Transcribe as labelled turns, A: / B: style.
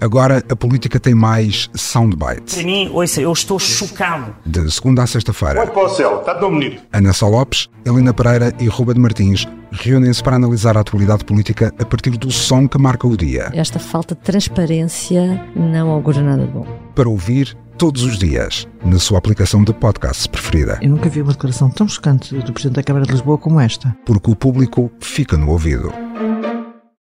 A: Agora a política tem mais soundbite.
B: Para mim, ouça, eu estou chocado.
A: De segunda a sexta-feira,
C: Olhe para o céu, está tão bonito.
A: Ana Sá Lopes, Helena Pereira e Ruben Martins reúnem-se para analisar a atualidade política a partir do som que marca o dia.
D: Esta falta de transparência não augura nada de bom.
A: Para ouvir todos os dias, na sua aplicação de podcast preferida.
E: Eu nunca vi uma declaração tão chocante do Presidente da Câmara de Lisboa como esta.
A: Porque o público fica no ouvido.